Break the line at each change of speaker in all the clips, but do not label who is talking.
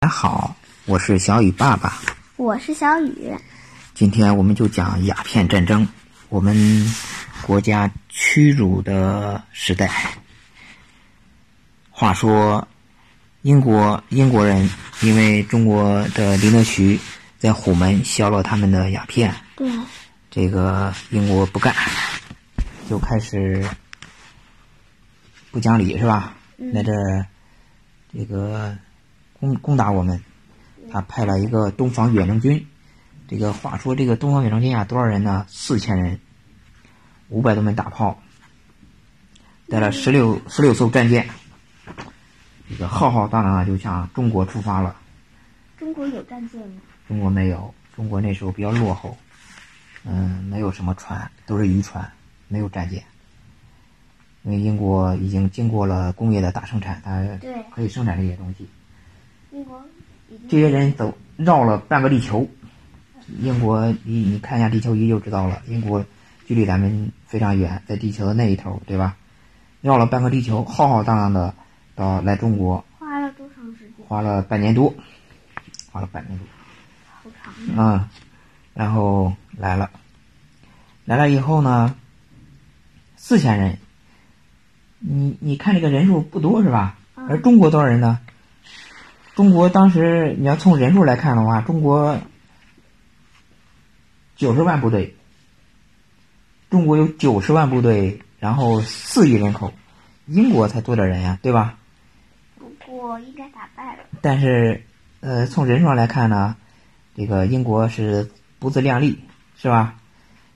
大家好，我是小雨爸爸。
我是小雨，
今天我们就讲鸦片战争，我们国家屈辱的时代。话说，英国英国人因为中国的林则徐在虎门销了他们的鸦片，
对，
这个英国不干，就开始不讲理是吧？在这儿这个攻攻打我们，他派了一个东方远征军。这个话说，这个东方远征军啊，多少人呢？四千人，五百多门大炮，带了十六十六艘战舰，这个浩浩荡荡啊地就向中国出发了。
中国有战舰吗？
中国没有，中国那时候比较落后，嗯，没有什么船，都是渔船，没有战舰。因为英国已经经过了工业的大生产，它
对
可以生产这些东西。
英国已经
这些人走绕了半个地球，英国你你看一下地球仪就知道了，英国距离咱们非常远，在地球的那一头，对吧？绕了半个地球，浩浩荡荡的到来中国，
花了多长时间？
花了半年多，花了半年多。
好长。
啊，然后来了，来了以后呢，四千人，你你看这个人数不多是吧？
嗯
而中国多少人呢？中国当时你要从人数来看的话，中国九十万部队，中国有九十万部队，然后四亿人口，英国才多点人呀，对吧？
不过应该打败了。
但是，呃，从人数上来看呢，这个英国是不自量力，是吧？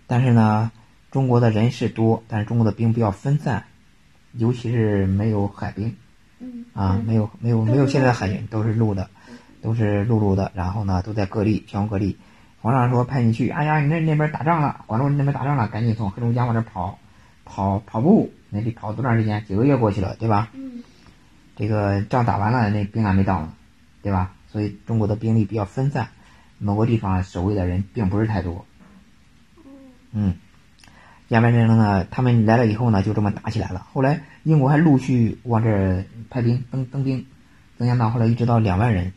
但是呢，中国的人是多，但是中国的兵比较分散，尤其是没有海兵
嗯
啊，没
有。
有没有
都是
没有现在的
陆
海
地
军都是陆的，都是陆路的，然后呢都在各地全国各地。皇上说派你去，哎呀，你那那边打仗了，广州那边打仗了，赶紧从黑龙江往这跑，跑跑步，那得跑多长时间？几个月过去了，对吧？
嗯，
这个仗打完了，那兵还没到呢，对吧？所以中国的兵力比较分散，某个地方守卫的人并不是太多。嗯，鸦片战争呢，他们来了以后呢，就这么打起来了。后来英国还陆续往这儿派兵增增兵，增加到后来一直到两万人。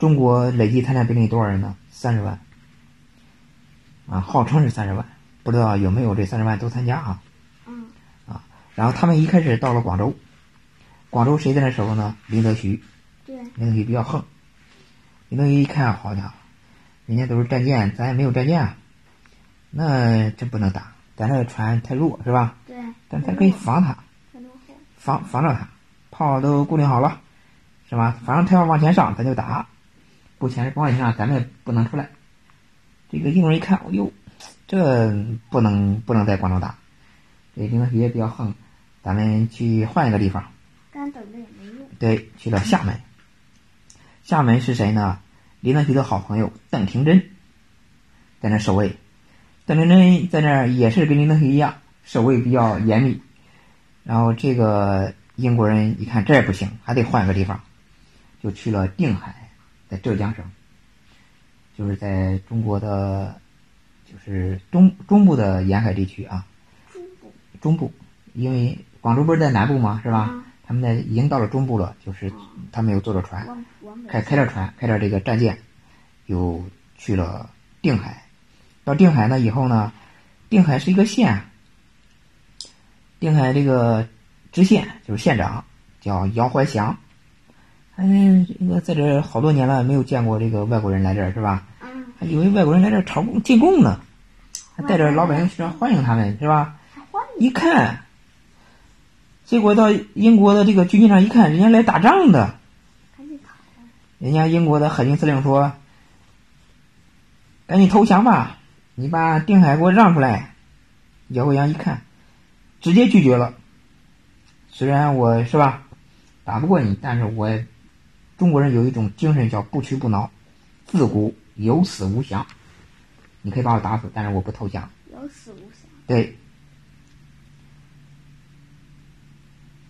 中国累计参战兵力多少人呢？三十万。啊，号称是三十万，不知道有没有这三十万都参加啊？
嗯，
然后他们一开始到了广州，广州谁在那守候呢？林则徐，
对，
林则徐比较横。林则徐一看，好家伙，人家都是战舰，咱也没有战舰啊，那真不能打，咱这船太弱是吧？
对，嗯
但咱可以防他，
很落后。
防防着他，炮都固定好了，是吧？反正他要往前上，咱就打；不前不往前上，咱们也不能出来。这个英国人一看，哎呦，这不能不能在广州打，这林则徐也比较横，咱们去换一个地方。
干等着也没用。
对，去了厦门。厦门是谁呢？林则徐的好朋友邓廷桢，在那守卫。邓廷桢在那儿也是跟林则徐一样，守卫比较严密。然后这个英国人一看这也不行，还得换个地方，就去了定海，在浙江省，就是在中国的，就是中中部的沿海地区啊，
中国
中部，因为广州不是在南部吗？是吧？
嗯
他们在已经到了中部了，就是他们有坐着船，
往往北
开开着船，开着这个战舰，又去了定海。到定海呢以后呢，定海是一个县，啊定海这个知县就是县长叫姚怀祥，嗯，这个在这儿好多年了，没有见过这个外国人来这儿是吧？
嗯，
还以为外国人来这儿朝贡进贡呢，还带着老百姓去那儿欢迎他们是吧？
还欢迎
一看，结果到英国的这个军舰上一看，人家来打仗的。
赶紧跑。
人家英国的海军司令说：“赶紧投降吧，你把定海给我让出来。”姚国阳一看，直接拒绝了。虽然我是吧，打不过你，但是我中国人有一种精神叫不屈不挠，自古有死无降。你可以把我打死，但是我不投降。
有死无降。
对，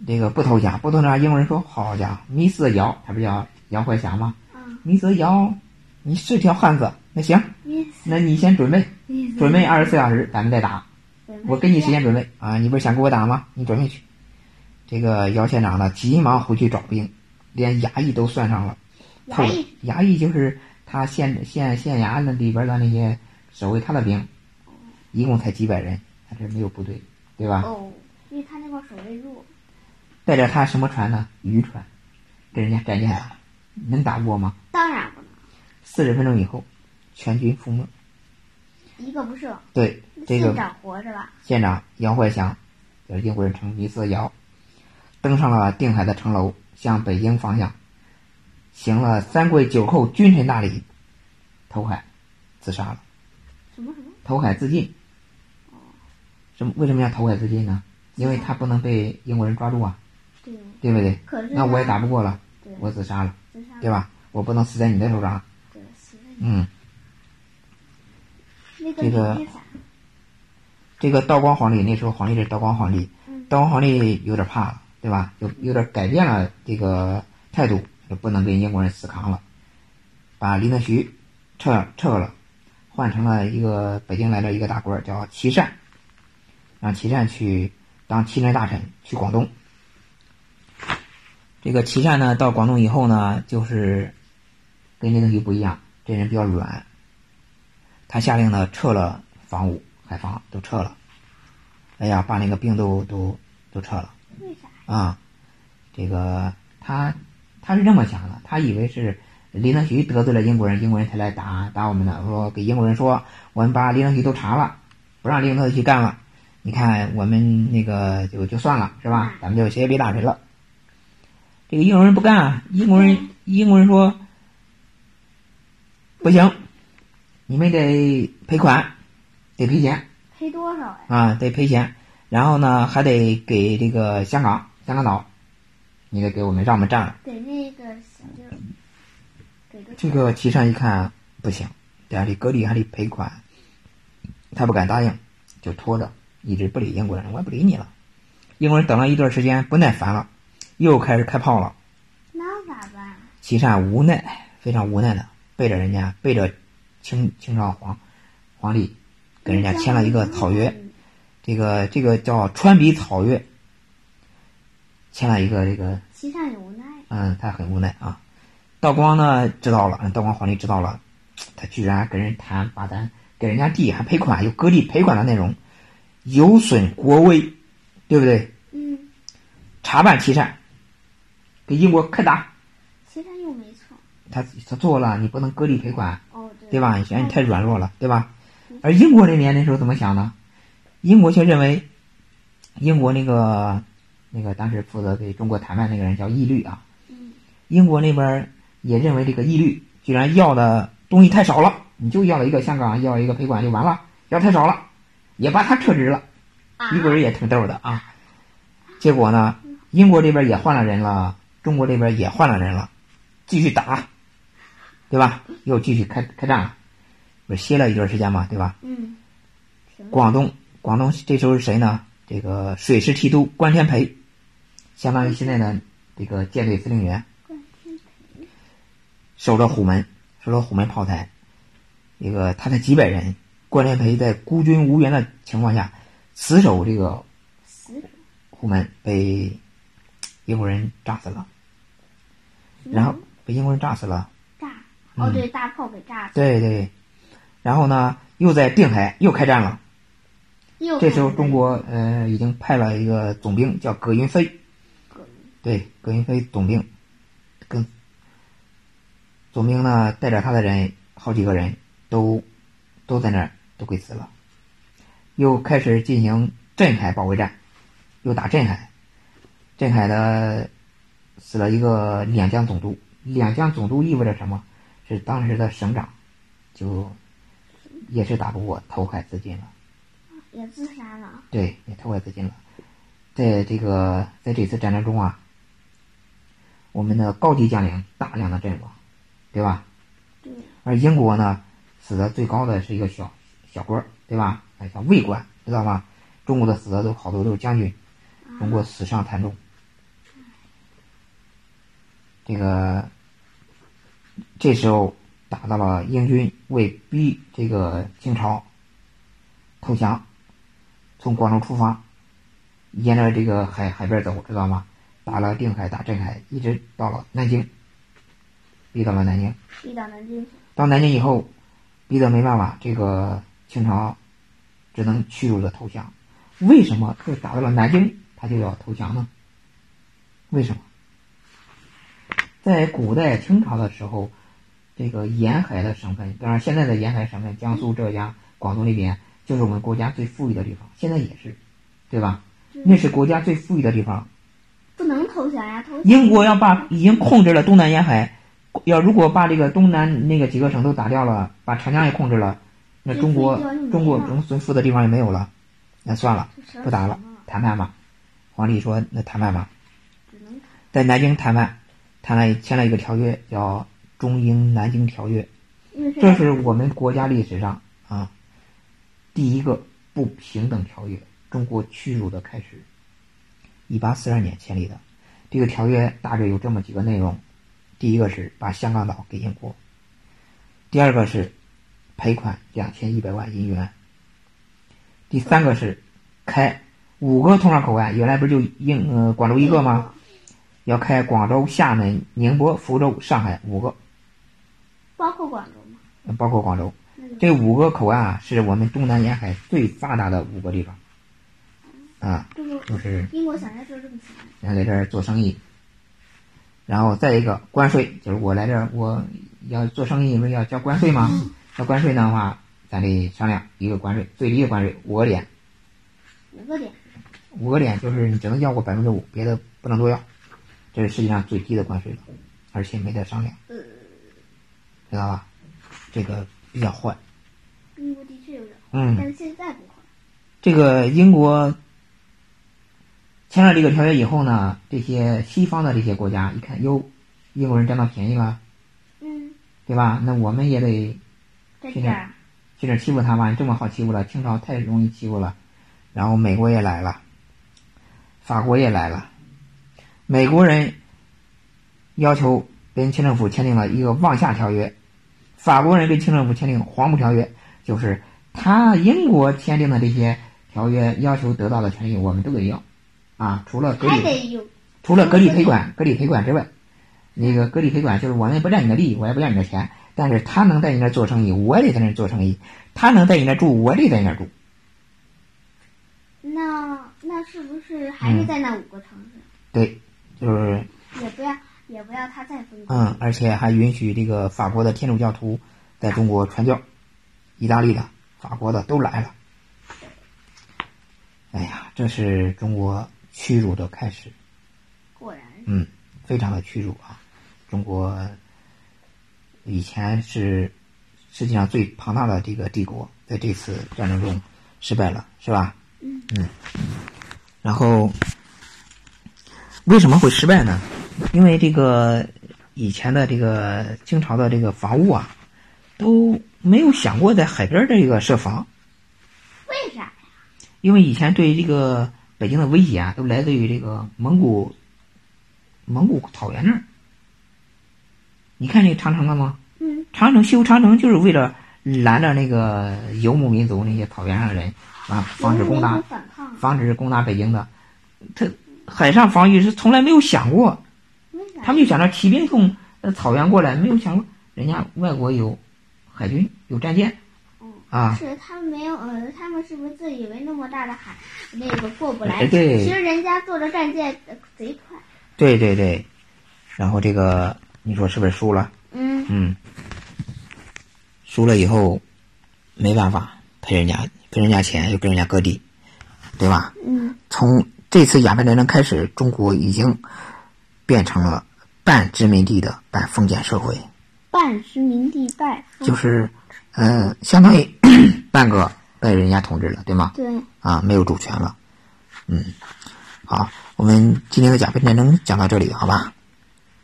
这个不投降，不投降。英国人说：“好家伙，米斯姚，他不叫姚怀祥吗？
啊，
米斯姚，你是条汉子。那行，
意思
那你先准备，
意思。
准备二十四小时，咱们再打。
准备
我给你时间准备啊！你不是想跟我打吗？你准备去。”这个姚县长呢，急忙回去找兵，连衙役都算上了，透
衙役
衙役就是他县县县衙那里边的那些守卫他的兵，一共才几百人，他这没有部队，对吧？
哦，因为他那块守卫弱，
带着他什么船呢？渔船，跟人家战舰打，能打不过吗？
当然不能，
四十分钟以后，全军覆没。
一个不剩。
对，
那
这个
县长活着吧？
县长姚怀祥，就是英国人称弥色姚，登上了定海的城楼，向北京方向行了三跪九叩君臣大礼，投海自杀了。
什么什么？
投海自尽。什么？为什么要投海自尽呢？因为他不能被英国人抓住啊，
对，
对不对？
可是
那我也
他
打不过了，
对，
我自杀了，
自杀
对？吧？我不能死在你的手上。
对，死在
嗯，
那
这个
个李啥？
这个道光皇帝那时候皇帝是道光皇帝，
嗯，
道光皇帝有点怕了，对吧？有有点改变了这个态度，就不能跟英国人死扛了，把林则徐撤撤了，换成了一个北京来的一个大官儿叫琦善，让琦善去当钦差大臣去广东。这个琦善呢，到广东以后呢，就是跟林则徐不一样，这人比较软，他下令呢撤了防务、海防都撤了。哎呀，把那个病都都都撤了
为啥？
啊！这个他他是这么想的，他以为是林则徐得罪了英国人，英国人才来打打我们的。说给英国人说，我们把林则徐都查了，不让林则徐干了。你看我们那个就就算了，是吧？咱们就谁也别打谁了。这个英国人不干啊，英国人英国人说不行，你们得赔款，得赔钱。
赔多少呀？
啊，得赔钱，然后呢还得给这个香港香港岛，你得给我们让我们占了。
给那个小舅儿，给个
这个齐善一看不行，得还得割地还得赔款，他不敢答应，就拖着，一直不理英国人，我也不理你了。英国人等了一段时间，不耐烦了，又开始开炮了。
那咋办？
齐善无奈，非常无奈的背着人家，背着清清朝皇皇帝，跟人家签了一个草约。
嗯。
这个这个叫川比草约，签了一个这个，
其善有无奈，
嗯，他很无奈啊。道光呢知道了，嗯道光皇帝知道了，他居然跟人谈，把咱给人家地还赔款，有割地赔款的内容，有损国威，对不对？
嗯，
查办琦善，给英国开打。
其嗯善又没错。
他他做了，你不能割地赔款，
哦，对，
对吧？你嫌你太软弱了，对吧？而英国这边那时候怎么想呢？英国却认为，英国那个那个当时负责给中国谈判那个人叫义律啊，
嗯，
英国那边也认为这个义律居然要的东西太少了，你就要了一个香港，要一个赔款就完了，要太少了，也把他撤职了。
啊，
英国人也挺逗的啊。结果呢，英国这边也换了人了，中国这边也换了人了，继续打，对吧？又继续开开战了，不是歇了一段时间嘛，对吧？
嗯，停了，
广东，广东这时候是谁呢？这个水师提督关天培，相当于现在的这个舰队司令员，
冠天培，
守着虎门，守着虎门炮台。这个他才几百人，关天培在孤军无援的情况下，死守这个
死者，
虎门，被英国人炸死了。然
嗯
后被英国人炸死了。
炸，哦，
嗯
对，大炮给炸死，
对对，然后呢，又在定海又开战了。
又
这时候
开始
中国呃已经派了一个总兵叫葛云飞，
革命
对，葛云飞总兵，跟总兵呢带着他的人好几个人都都在那儿都给死了，又开始进行镇海保卫战，又打镇海，镇海的死了一个两江总督，两江总督意味着什么？是当时的省长，就也是打不过，投海自尽了。
也自杀了，
对，也投海自尽了。在这个在这次战争中啊，我们的高级将领大量的阵亡，对吧？
对，
而英国呢，死的最高的是一个小小官儿，对吧？哎，叫尉官，知道吧？中国的死的都好多都是将军，
啊
中国死伤惨重。这个这时候打到了英军为逼这个清朝投降，从广州出发，沿着这个海海边走，知道吗？打了定海，打镇海，一直到了南京，逼到了南京。
逼到南京去。
到南京以后，逼得没办法，这个清朝只能屈辱的投降。为什么就打到了南京，他就要投降呢？为什么？在古代清朝的时候，这个沿海的省份，当然现在的沿海省份，江苏、浙江、广东那边，就是我们国家最富裕的地方，现在也是，对吧？那是国家最富裕的地方。
不能投降呀，投降。
英国要把已经控制了东南沿海，要如果把这个东南那个几个省都打掉了，把长江也控制了，那中国中国能存富的地方也没有了，那算了，不打了，谈判吧。皇帝说：“那谈判吧。”在南京谈判，谈判签了一个条约，叫《中英南京条约》，这是我们国家历史上啊第一个不平等条约，中国屈辱的开始。一八四二年签立的，这个条约大致有这么几个内容：第一个是把香港岛给英国；第二个是赔款两千一百万银元；第三个是开五个通商口岸，原来不是就英呃广州一个吗？
嗯
要开广州、厦门、宁波、福州、上海五个，呃
包括广州吗？
包括广州，这五个口岸啊，是我们东南沿海最发达的五个地方。啊，就是
英国想在这挣钱，
然后在这儿做生意，然后再一个关税，就是我来这儿我要做生意，不要交关税吗？交关税的话，咱得商量一个关税最低的关税五个点，
五个点，
五个点就是你只能要过百分之五，别的不能多要，这是世界上最低的关税了，而且没得商量，
呃
知道吧？这个比较坏，
英国的确有点，
嗯，
但是现在不坏，
这个英国。签了这个条约以后呢，这些西方的这些国家一看，哟，英国人占到便宜了，
嗯，
对吧？那我们也得去
那儿
去那欺负他吧？这么好欺负了，清朝太容易欺负了。然后美国也来了，法国也来了，美国人要求跟清政府签订了一个《望厦条约》，法国人跟清政府签订《黄埔条约》，就是他英国签订的这些条约要求得到的权利，我们都得要。啊，除了隔离，除了隔离赔款、隔离赔款之外，那个隔离赔款就是我们不占你的利益，我也不占你的钱，但是他能在你那做生意，我也得在那做生意；他能在你那住，我得在你那住。
那那是不是还是在那五个城市？
嗯、对，就是
也不要也不要他再分。
嗯，而且还允许这个法国的天主教徒在中国传教，意大利的、法国的都来了。哎呀，这是中国。屈辱的开始，
果然，
嗯，非常的屈辱啊！中国以前是世界上最庞大的这个帝国，在这次战争中失败了，是吧？
嗯
嗯。然后为什么会失败呢？因为这个以前的这个清朝的这个防务啊，都没有想过在海边这个设防。
为啥呀？
因为以前对这个。北京的威胁啊，都来自于这个蒙古蒙古草原那儿。你看那个长城了吗？
嗯。
长城修长城就是为了拦着那个游牧民族那些草原上的人啊，防止攻打，
啊
防止攻打北京的。他海上防御是从来没有想过，他们就想着骑兵从草原过来，没有想过人家外国有海军有战舰。啊，
嗯是他们没有，呃，他们是不是自以为那么大的海，那个过不来？
哎对，
其实人家坐着战舰呃贼快。
对对对，然后这个你说是不是输了？
嗯
嗯，输了以后没办法赔人家赔人家钱，又跟人家割地，对吧？
嗯，
从这次鸦片战争开始，中国已经变成了半殖民地的半封建社会，
半殖民地半
就是呃，相当于 半个被人家统治了，对吗？
对。
啊，没有主权了。嗯，好，我们今天的鸦片战争讲到这里，好吧？